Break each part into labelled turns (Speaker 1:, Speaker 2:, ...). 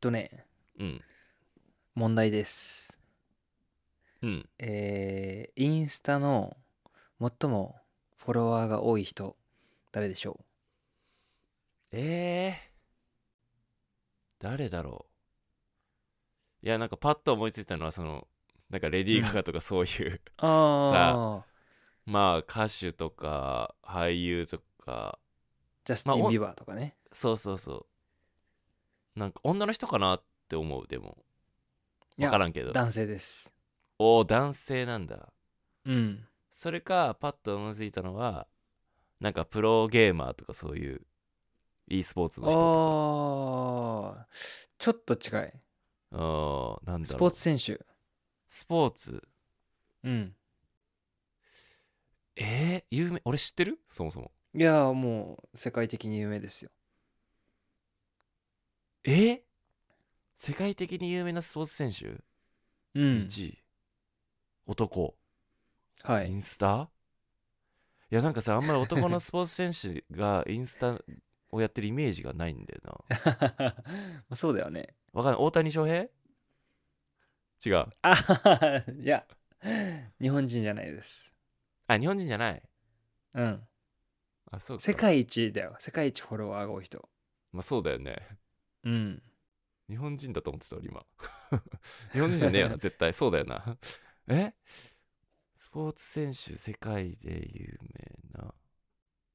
Speaker 1: とね
Speaker 2: うん
Speaker 1: 問題です
Speaker 2: うん
Speaker 1: えー、インスタの最もフォロワーが多い人誰でしょ
Speaker 2: えー、誰だろういやなんかパッと思いついたのはそのなんかレディー・ガガとかそういう
Speaker 1: うああ
Speaker 2: まあ歌手とか俳優とか
Speaker 1: ジャスティン・ビバーとかね、
Speaker 2: そうそうそうなんか女の人かなって思うでも
Speaker 1: いや
Speaker 2: 分からんけど
Speaker 1: 男性です
Speaker 2: おお男性なんだ
Speaker 1: うん
Speaker 2: それかパッと思いついたのはなんかプロゲーマーとかそういう e スポーツ
Speaker 1: あ
Speaker 2: の人と
Speaker 1: あーちょっと近い
Speaker 2: かあーなんだろう
Speaker 1: スポーツ選手
Speaker 2: スポーツ
Speaker 1: うん
Speaker 2: えー、有名俺知ってるそもそも
Speaker 1: いやーもう世界的に有名ですよ
Speaker 2: えー世界的に有名なスポーツ選手、
Speaker 1: うん
Speaker 2: 1位男
Speaker 1: は
Speaker 2: イ
Speaker 1: い
Speaker 2: ンスタいやなんかさあんまり男のスポーツ選手がインスタをやってるイメージがないんだよ な
Speaker 1: まあそうだよね
Speaker 2: わかんない大谷翔平違う
Speaker 1: あははいや日本人じゃないです
Speaker 2: あ日本人じゃない
Speaker 1: うん
Speaker 2: あそうか
Speaker 1: 世界一だよ世界一フォロワーが多い人
Speaker 2: まあそうだよね
Speaker 1: うん
Speaker 2: 日本人だと思ってた俺今日本人じゃ ねえよな絶対そうだよな えスポーツ選手世界で有名な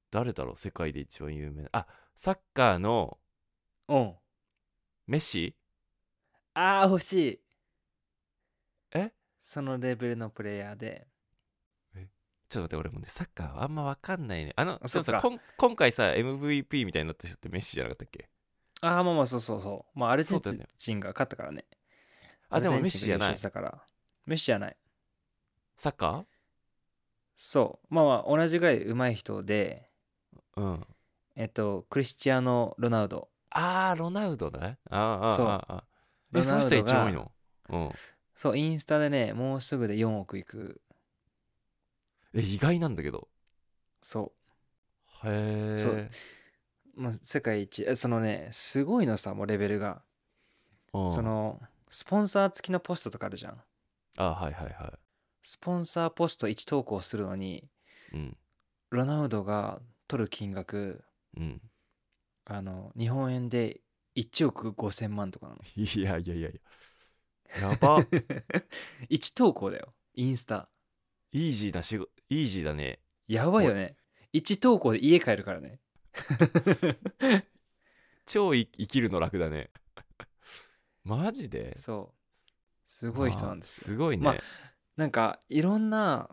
Speaker 2: 誰だろう世界で一番有名なあサッカーの
Speaker 1: おん
Speaker 2: メッシ
Speaker 1: ああ欲しい
Speaker 2: え
Speaker 1: そのレベルのプレイヤーで
Speaker 2: ちょっと待って俺もねサッカーはあんま分かんないねあの
Speaker 1: あ
Speaker 2: そう
Speaker 1: そ
Speaker 2: さ
Speaker 1: っか
Speaker 2: こん今回さ MVP みたいになった人ってメッシじゃなかったっけ
Speaker 1: ああまあまあそうそうそうまあアルゼン
Speaker 2: そうだよね
Speaker 1: チンが勝ったからね
Speaker 2: あでもメッシじゃない
Speaker 1: だからメッシじゃない
Speaker 2: サッカ
Speaker 1: そうまあまあ同じぐらい上手い人で
Speaker 2: ーうん
Speaker 1: えっとクリスチアーノ・ロナウド
Speaker 2: あーロナウドねあーあー
Speaker 1: そう
Speaker 2: あーあー
Speaker 1: ロ
Speaker 2: えそ
Speaker 1: ナウ
Speaker 2: の
Speaker 1: ド
Speaker 2: 人
Speaker 1: が
Speaker 2: 一番多いのうん
Speaker 1: そうインスタでねもうすぐで4億いく
Speaker 2: え意外なんだけど
Speaker 1: そ
Speaker 2: へえ
Speaker 1: そうう、まあ、世界一えそのねすごいのさもうレベルが
Speaker 2: うん
Speaker 1: そのスポンサー付きのポストとかあるじゃん
Speaker 2: あはいはいは
Speaker 1: スポンサーポスト1投稿するのに
Speaker 2: いうん
Speaker 1: ロナウドが取る金額
Speaker 2: うん
Speaker 1: あの日本円で1億5000万とかなの
Speaker 2: いやいやいやいややば
Speaker 1: 1投稿だよインスタ
Speaker 2: イージーな仕事イージーだね
Speaker 1: やばいよね1投稿で家帰るからね
Speaker 2: 超い生きるの楽だね マジで
Speaker 1: そうすごい人なんですよ
Speaker 2: あすごいね、
Speaker 1: まあなんかいろんな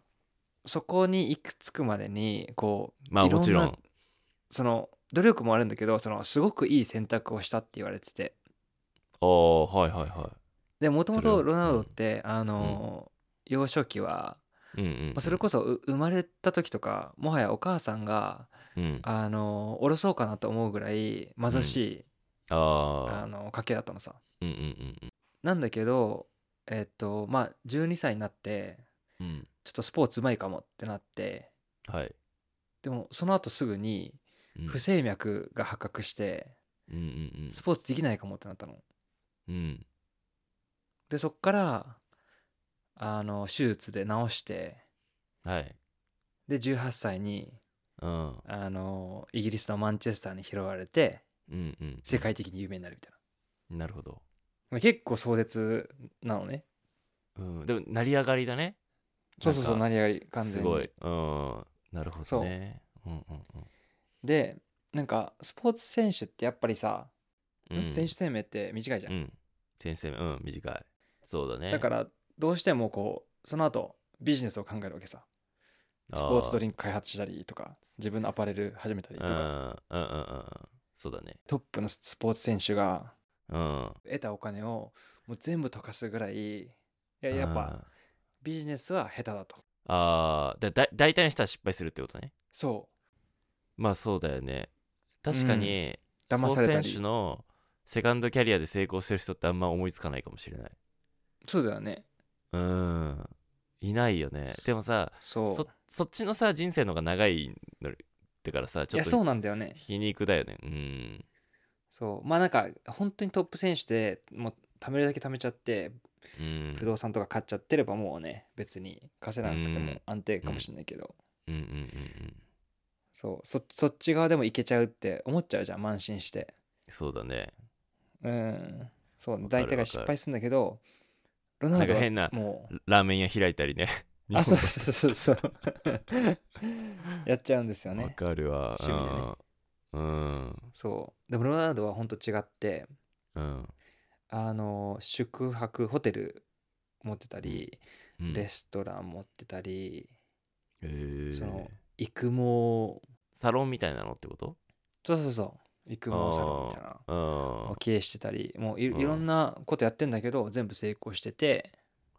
Speaker 1: そこに行くつくまでにこう
Speaker 2: まあ
Speaker 1: いろんな
Speaker 2: もちろん
Speaker 1: その努力もあるんだけどそのすごくいい選択をしたって言われてて
Speaker 2: おーはいはいは
Speaker 1: でもとも
Speaker 2: それ
Speaker 1: と
Speaker 2: は
Speaker 1: ロナウドって、あの幼少期は、
Speaker 2: いうんうん、う
Speaker 1: ま
Speaker 2: ん
Speaker 1: あ、それこそう生まれた時とかもはやお母さんが
Speaker 2: うん、あ
Speaker 1: あの降ろそうかなと思うぐらい貧しい、あ
Speaker 2: あ
Speaker 1: の家系だったのさ
Speaker 2: ーうんうん
Speaker 1: なんだけどえっとまあ12歳になって
Speaker 2: うんうん
Speaker 1: ちょっとスポーツうまいかもってなって
Speaker 2: はい、
Speaker 1: でもその後すぐに
Speaker 2: うん、
Speaker 1: 不整脈が発覚して
Speaker 2: うんうん
Speaker 1: スポーツできないかもってなったの
Speaker 2: うんうん
Speaker 1: でそっからあの手術で治して
Speaker 2: はい
Speaker 1: で18歳に
Speaker 2: うん
Speaker 1: あのイギリスのマンチェスターに拾われて
Speaker 2: うんうん
Speaker 1: 世界的に有名になるみたいな
Speaker 2: なるほど、
Speaker 1: まあ結構壮絶なのね
Speaker 2: うん、でも成り上がりだね
Speaker 1: そうそうそう成
Speaker 2: なんか
Speaker 1: り上がり完全に
Speaker 2: すごいうんなるほどねうんうん
Speaker 1: でなんかスポーツ選手ってやっぱりさ、
Speaker 2: うんうん
Speaker 1: 選手生命って短いじゃん、
Speaker 2: うん先生うん短いそうだね
Speaker 1: だかららどうしてもこうその後ビジネスを考えるわけさスポーツドリンク開発したりとか自分のアパレル始めたりと
Speaker 2: う
Speaker 1: か
Speaker 2: んうんうんうんそうだね
Speaker 1: トップのスポーツ選手が
Speaker 2: うん
Speaker 1: 得たお金をもう全部溶かすぐらいいややっぱビジネスは下手だと
Speaker 2: あーあーだだ大体の人は失敗するってことね
Speaker 1: そう
Speaker 2: まあそうだよね確かに、スポ
Speaker 1: 騙
Speaker 2: ー
Speaker 1: さ
Speaker 2: ツ
Speaker 1: れた
Speaker 2: 選
Speaker 1: り
Speaker 2: 手のセカンドキャリアで成功してる人ってあんま思いつかないかもしれない
Speaker 1: そうだよね
Speaker 2: うんいないよねでもさ
Speaker 1: そう
Speaker 2: そそっちのさ人生の方が長いのだからさ
Speaker 1: い
Speaker 2: ちょ
Speaker 1: や
Speaker 2: っ
Speaker 1: そう
Speaker 2: と
Speaker 1: なんだよね
Speaker 2: 皮肉だよねうん
Speaker 1: そうまあなんか本当にトップ選手でもう貯めるだけ貯めちゃって
Speaker 2: うん
Speaker 1: 不動産とか買っちゃってればもうね別に稼がなくて
Speaker 2: う
Speaker 1: も
Speaker 2: ん
Speaker 1: 安定かもしれないけど、
Speaker 2: うんうんうんうん
Speaker 1: そうそそっち側でもいけちゃうって思っちゃうじゃん慢心して
Speaker 2: そうだね
Speaker 1: うんそう
Speaker 2: わかる
Speaker 1: 大体が失敗するんだけどロナ
Speaker 2: な
Speaker 1: ウ
Speaker 2: ん
Speaker 1: ド
Speaker 2: か
Speaker 1: は
Speaker 2: 変な
Speaker 1: もう
Speaker 2: ラーメン屋開いたりね
Speaker 1: あそう
Speaker 2: 日
Speaker 1: そうそうそう やっちゃうんですよ
Speaker 2: 本 わ
Speaker 1: ね
Speaker 2: かるわ
Speaker 1: 趣味でね
Speaker 2: うん
Speaker 1: そうでもロナウドは本当違って
Speaker 2: うん
Speaker 1: あの宿泊ホテル持ってたり、
Speaker 2: うん
Speaker 1: レストラン持ってたり
Speaker 2: へー
Speaker 1: その育毛
Speaker 2: サロンみたいなのってこと
Speaker 1: そうそうそう育毛サロンみたいな
Speaker 2: うん
Speaker 1: を経営してたりもうい
Speaker 2: うん
Speaker 1: いろんなことやってんだけど全部成功してて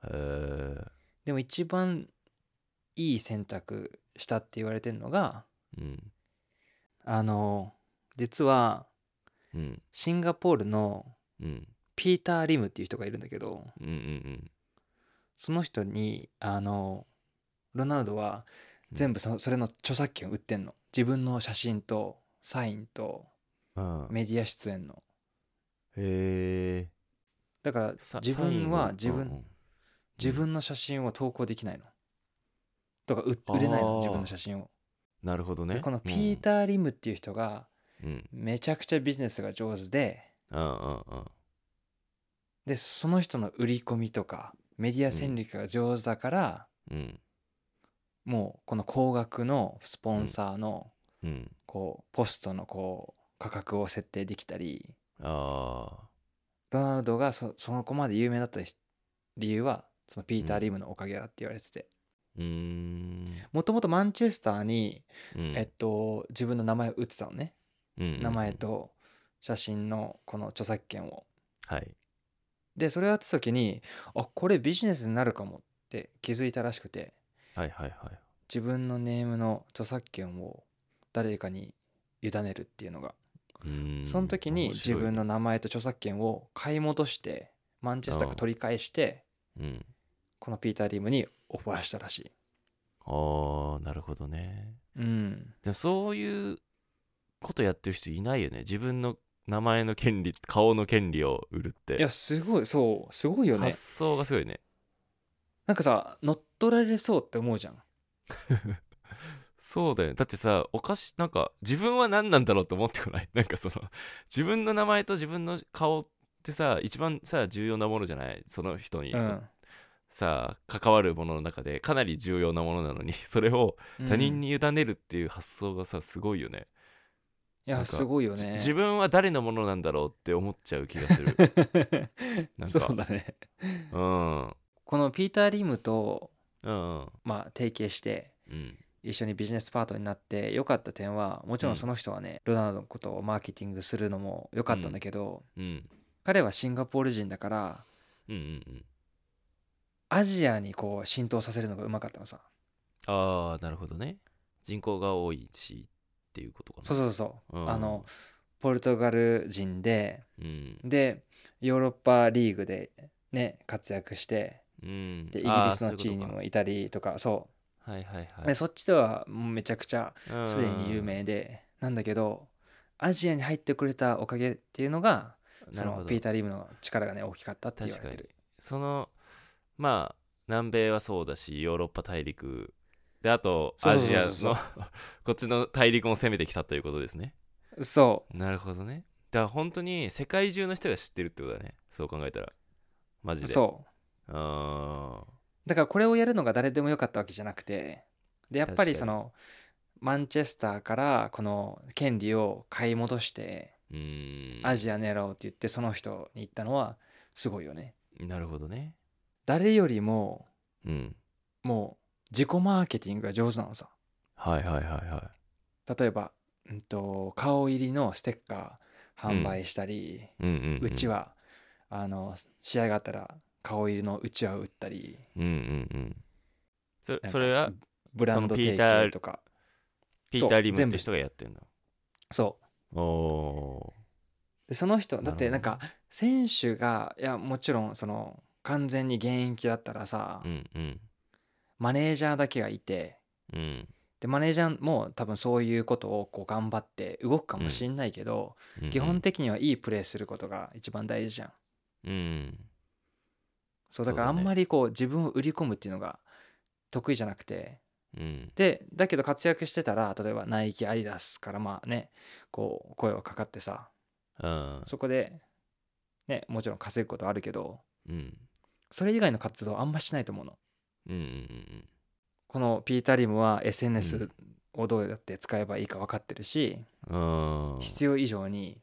Speaker 2: へー
Speaker 1: でも一番いい選択したって言われてるのが
Speaker 2: うん
Speaker 1: あの実は
Speaker 2: うん
Speaker 1: シンガポールの
Speaker 2: うん
Speaker 1: ピーター・リムっていう人がいるんだけど
Speaker 2: うんうん
Speaker 1: その人にあのロナウドは全部そのそれの著作権売ってんの自分の写真とサインと
Speaker 2: うんうん
Speaker 1: メディア出演の
Speaker 2: へえ
Speaker 1: だから
Speaker 2: さ
Speaker 1: 自分は
Speaker 2: サイ
Speaker 1: 自
Speaker 2: ンを
Speaker 1: 分、
Speaker 2: うんうん
Speaker 1: 自分の写真を投稿できないのとか売売れない
Speaker 2: あー
Speaker 1: の自分の写真を
Speaker 2: なるほどね
Speaker 1: でこのピーター・リムっていう人が
Speaker 2: うんうん
Speaker 1: めちゃくちゃビジネスが上手で
Speaker 2: うんうんうん
Speaker 1: でその人の売り込みとかメディア戦略が上手だから、
Speaker 2: うん
Speaker 1: もうこの高額のスポンサーの
Speaker 2: うん
Speaker 1: こうポストのこう価格を設定できたり
Speaker 2: あ
Speaker 1: ロナウドがそその子まで有名だったひ理由はそのピータ
Speaker 2: う
Speaker 1: ー・
Speaker 2: ん
Speaker 1: リムのおかげだって言われてて
Speaker 2: ーうーん
Speaker 1: もともとマンチェスターに、
Speaker 2: うん
Speaker 1: えっと、自分の名前を打ってたのね
Speaker 2: うんうんうん
Speaker 1: 名前と写真のこの著作権を
Speaker 2: はい
Speaker 1: でそれをやってた時にあこれビジネスになるかもって気づいたらしくて
Speaker 2: はいはいはい
Speaker 1: 自分のネームの著作権を誰かに委ねるっていうのが
Speaker 2: うーん
Speaker 1: その時に
Speaker 2: 面
Speaker 1: 自
Speaker 2: 白いね
Speaker 1: 分の名前と著作権を買い戻してマンチェスターが取り返して
Speaker 2: うん
Speaker 1: このピーター・リムにオファーしたらしい。
Speaker 2: ああなるほどね
Speaker 1: うん、
Speaker 2: でもそういうことやってる人いないよね自分の名前の権利顔の権利を売るって
Speaker 1: いやすごいそうすごいよね
Speaker 2: 発想がすごいね
Speaker 1: なんかさ乗っ取られそうって思うじゃん
Speaker 2: そうだよねだってさおかしなんか自分は何なんだろうって思ってこない なんかその自分の名前と自分の顔ってさ一番さ重要なものじゃないその人に、
Speaker 1: うん
Speaker 2: さ関わるものの中でかなり重要なものなのにそれを
Speaker 1: うん
Speaker 2: 他人に委ねるっていう発想がさすごいよね,
Speaker 1: いや
Speaker 2: なんか
Speaker 1: すごいよ
Speaker 2: じ、
Speaker 1: ね
Speaker 2: 自分は誰のものなんだろうって思っちゃう気が する なんか
Speaker 1: そうだね
Speaker 2: うんうん
Speaker 1: このピーター・リムと、
Speaker 2: うん
Speaker 1: まあ、提携して
Speaker 2: うん
Speaker 1: 一緒にビジネスパートナーになって良かった点はもちろんその人はね、ロナウドのことをマーケティングするのも良かったんだけど、
Speaker 2: うん
Speaker 1: 彼はシンガポール人だから
Speaker 2: うんうんうん
Speaker 1: アジアにこう浸透させるのがうまかったのさ
Speaker 2: ああなるほどね人口が多いしっていうことかな
Speaker 1: そうそうそう、
Speaker 2: うん
Speaker 1: あのポルトガル人で
Speaker 2: うん
Speaker 1: でヨーロッパリーグでね活躍して
Speaker 2: うん
Speaker 1: でイギ
Speaker 2: あー
Speaker 1: リスのチ
Speaker 2: そう
Speaker 1: ー
Speaker 2: いう
Speaker 1: ム
Speaker 2: ことか
Speaker 1: もいたりとかそ、
Speaker 2: はいはいうは
Speaker 1: で
Speaker 2: い
Speaker 1: そっちではもうめちゃくちゃ
Speaker 2: うん
Speaker 1: すでに有名でなんだけどアジアに入ってくれたおかげっていうのがそ
Speaker 2: なるほ
Speaker 1: の
Speaker 2: ど
Speaker 1: ピーター・リムの力がね大きかったって言わ
Speaker 2: 確
Speaker 1: れ
Speaker 2: か
Speaker 1: て
Speaker 2: に
Speaker 1: る
Speaker 2: そのまあ南米はそうだしヨーロッパ大陸であと
Speaker 1: そう
Speaker 2: ア
Speaker 1: そう
Speaker 2: ジア
Speaker 1: そうそう
Speaker 2: の こっちの大陸も攻めてきたということですね
Speaker 1: そ
Speaker 2: なるほどねだから本当に世界中の人が知ってるってことだねそう考えたらマジ
Speaker 1: う
Speaker 2: で
Speaker 1: そう
Speaker 2: うーん
Speaker 1: だからこれをやるのが誰でもよかったわけじゃなくてでやっぱり
Speaker 2: 確
Speaker 1: そ
Speaker 2: かに
Speaker 1: のマンチェスターからこの権利を買い戻して
Speaker 2: うーん
Speaker 1: アジア狙おうって言ってその人に行ったのはすごいよね
Speaker 2: なるほどね
Speaker 1: 誰よりも
Speaker 2: うん
Speaker 1: もう自己マーケティングが上手なのさ
Speaker 2: はいはいはいは
Speaker 1: 例えば、うん、と顔入りのステッカー販売したり、
Speaker 2: いうんうん
Speaker 1: うち
Speaker 2: は
Speaker 1: わあの試合があったら顔入りのうちわを売ったり
Speaker 2: うんうんうんそ
Speaker 1: なんか
Speaker 2: それは
Speaker 1: ブランド
Speaker 2: そのピー
Speaker 1: 提
Speaker 2: ター
Speaker 1: 携とか
Speaker 2: ピーター・リムっ
Speaker 1: 全
Speaker 2: て
Speaker 1: 部
Speaker 2: 人がやってるの
Speaker 1: そう
Speaker 2: お
Speaker 1: でその人
Speaker 2: なる
Speaker 1: だ
Speaker 2: ほ
Speaker 1: っ
Speaker 2: どね
Speaker 1: てなんか選手がいやもちろんその完全に現役だったらさ、
Speaker 2: ーうんうん
Speaker 1: マネージャーだけがいて
Speaker 2: うん
Speaker 1: でマネージャーも多分そういうことをこう頑張って動くかもしんないけど、
Speaker 2: うん
Speaker 1: 基本的にはいいプレーすることが一番大事じゃん
Speaker 2: うん
Speaker 1: そうだからあ
Speaker 2: そうだね
Speaker 1: んまりこう自分を売り込むっていうのが得意じゃなくて
Speaker 2: うん
Speaker 1: でだけど活躍してたら例えばナイキアディダスからまあねこう声はかかってさ
Speaker 2: うん
Speaker 1: そこでねもちろん稼ぐことあるけど
Speaker 2: うん
Speaker 1: それ以外の活動あんましないと思うの
Speaker 2: うんうんうん
Speaker 1: このピーター・リムは
Speaker 2: う
Speaker 1: SNS
Speaker 2: ん
Speaker 1: をどうやって使えばいいか分かってるし、
Speaker 2: うん
Speaker 1: 必要以上に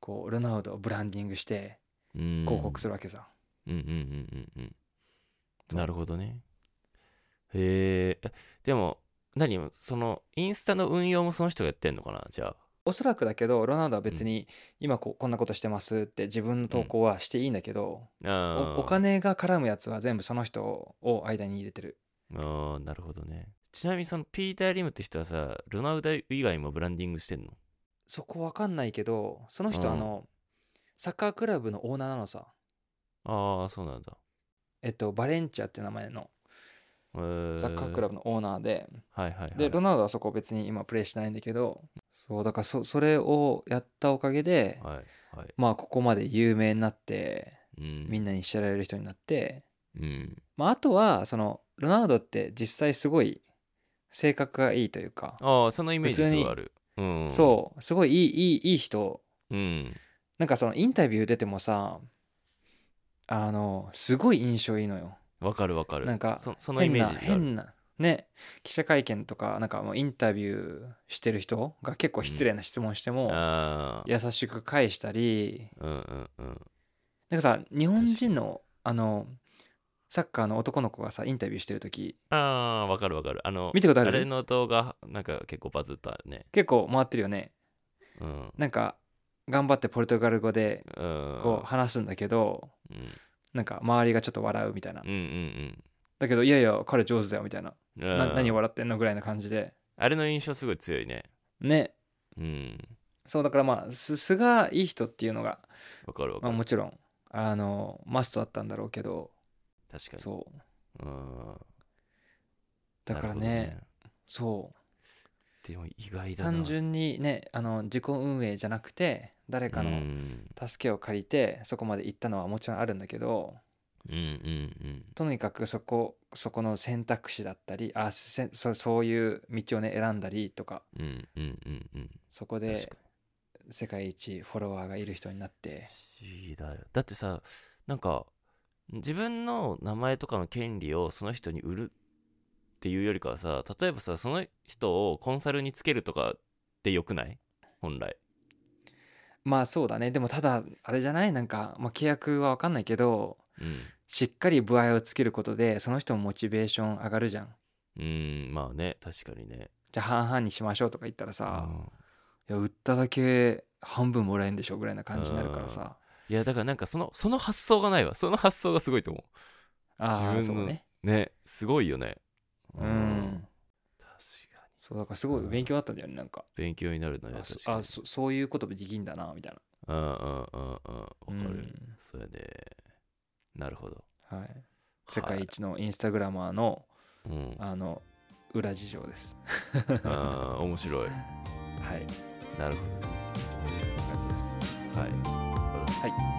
Speaker 1: こうロナウドをブランディングして広告するわけさ、
Speaker 2: うんうんうんうんう
Speaker 1: そ
Speaker 2: ん
Speaker 1: う
Speaker 2: なるほどねへえでも何そのインスタの運用もその人がやってんのかなじゃあ
Speaker 1: おそらくだけどロナウドは別に今こうこんなことしてますって自分の投稿はしていいんだけど、
Speaker 2: あー
Speaker 1: おお金が絡むやつは全部その人を間に入れてる
Speaker 2: あーなるほどねちなみにそのピーター・リムって人はさロナウド以外もブランディングしてんの
Speaker 1: そこわかんないけどその人
Speaker 2: うん
Speaker 1: あの、サッカークラブのオーナーなのさ
Speaker 2: ああそうなんだ
Speaker 1: えっとバレンチャって名前の
Speaker 2: へー
Speaker 1: サッカークラブのオーナーで、
Speaker 2: はいはいはい
Speaker 1: でロナウドはそこ別に今プレイしてないんだけどそうだからそそれをやったおかげで、
Speaker 2: はいはい
Speaker 1: まあここまで有名になって
Speaker 2: うん
Speaker 1: みんなに知られる人になって、
Speaker 2: うん
Speaker 1: まあ、あとはそのロナウドって実際すごい性格がいいというか、
Speaker 2: ああそのイメージ
Speaker 1: 普
Speaker 2: す
Speaker 1: 通に
Speaker 2: ごいあるうん
Speaker 1: そうすごいいいいいいい人
Speaker 2: うん
Speaker 1: なんかそのインタビュー出てもさあのすごい印象いいのよ
Speaker 2: わかるわかる
Speaker 1: なんか
Speaker 2: そそのイ
Speaker 1: 変
Speaker 2: メ
Speaker 1: な
Speaker 2: ージがある
Speaker 1: 変なね記者会見とかなんかもうインタビューしてる人が結構失礼な質問しても、
Speaker 2: あー
Speaker 1: 優しく返したり
Speaker 2: うんうんうん
Speaker 1: なんかさ日本人のあのサッカーの男の子がさインタビューしてる時
Speaker 2: ああわかるわかるあの
Speaker 1: 見たことあ
Speaker 2: あれ
Speaker 1: る
Speaker 2: の動画なんか結構バズったね
Speaker 1: 結構回ってるよね
Speaker 2: うん
Speaker 1: なんか頑張ってポルトガル語で
Speaker 2: うん
Speaker 1: こう話すんだけど
Speaker 2: うん
Speaker 1: なんか周りがちょっと笑うみたいな
Speaker 2: うんうん
Speaker 1: だけどいやいや彼上手だよみたいな
Speaker 2: うんう
Speaker 1: なん何笑ってんのぐらいな感じで
Speaker 2: あれの印象すごい強いね
Speaker 1: ね
Speaker 2: うん
Speaker 1: そうだからまあす素がいい人っていうのが、
Speaker 2: わかるわ
Speaker 1: ま
Speaker 2: か
Speaker 1: あ、
Speaker 2: る
Speaker 1: もちろんあのマストだったんだろうけど
Speaker 2: 確かに
Speaker 1: そう
Speaker 2: うん
Speaker 1: だからね
Speaker 2: なるほど
Speaker 1: そう
Speaker 2: でも意外だな
Speaker 1: 単純にねあの自己運営じゃなくて誰か
Speaker 2: う
Speaker 1: の
Speaker 2: ん
Speaker 1: 助けを借りてそこまで行ったのはもちろんあるんだけど
Speaker 2: うんうん
Speaker 1: とにかくそこそこの選択肢だったりあせんそそういう道をね選んだりとか
Speaker 2: うんうんうんうんうん
Speaker 1: そこ
Speaker 2: 確
Speaker 1: で
Speaker 2: か
Speaker 1: 世界一フォロワーがいる人になっ
Speaker 2: に
Speaker 1: て
Speaker 2: 不思議だよだってさなんか自分の名前とかの権利をその人に売るっていうよりかはさ例えばさその人をコンサルにつけるとかってよくない本来
Speaker 1: まあそうだねでもただあれじゃないなんか、まあ、契約は分かんないけど
Speaker 2: うん
Speaker 1: しっかり歩合をつけることでその人もモチベーション上がるじゃん
Speaker 2: うんまあね確かにね
Speaker 1: じゃあ半々にしましょうとか言ったらさ、
Speaker 2: うん
Speaker 1: いや売っただけ半分もらえるんでしょぐらいな感じになるからさ、
Speaker 2: いやだからなんかそのその発想がないわその発想がすごいと思
Speaker 1: ああ
Speaker 2: 自
Speaker 1: そ
Speaker 2: 分の
Speaker 1: うね
Speaker 2: うねすごいよね
Speaker 1: うん
Speaker 2: 確かに
Speaker 1: そうだからすごい
Speaker 2: うん
Speaker 1: 勉強だったんだよねなんか
Speaker 2: 勉強になるの
Speaker 1: あ
Speaker 2: よ確
Speaker 1: そ
Speaker 2: かに
Speaker 1: あそそういうこともできんだなみたいな
Speaker 2: うんうんうんうんわか
Speaker 1: う
Speaker 2: る、
Speaker 1: ん
Speaker 2: それでなるほど
Speaker 1: はい世界一のインスタグラマーの
Speaker 2: はいうん、あ
Speaker 1: あの裏事情です
Speaker 2: ー面白
Speaker 1: は
Speaker 2: い
Speaker 1: い
Speaker 2: なるほどね面
Speaker 1: 感じです
Speaker 2: 白いはい、はい
Speaker 1: は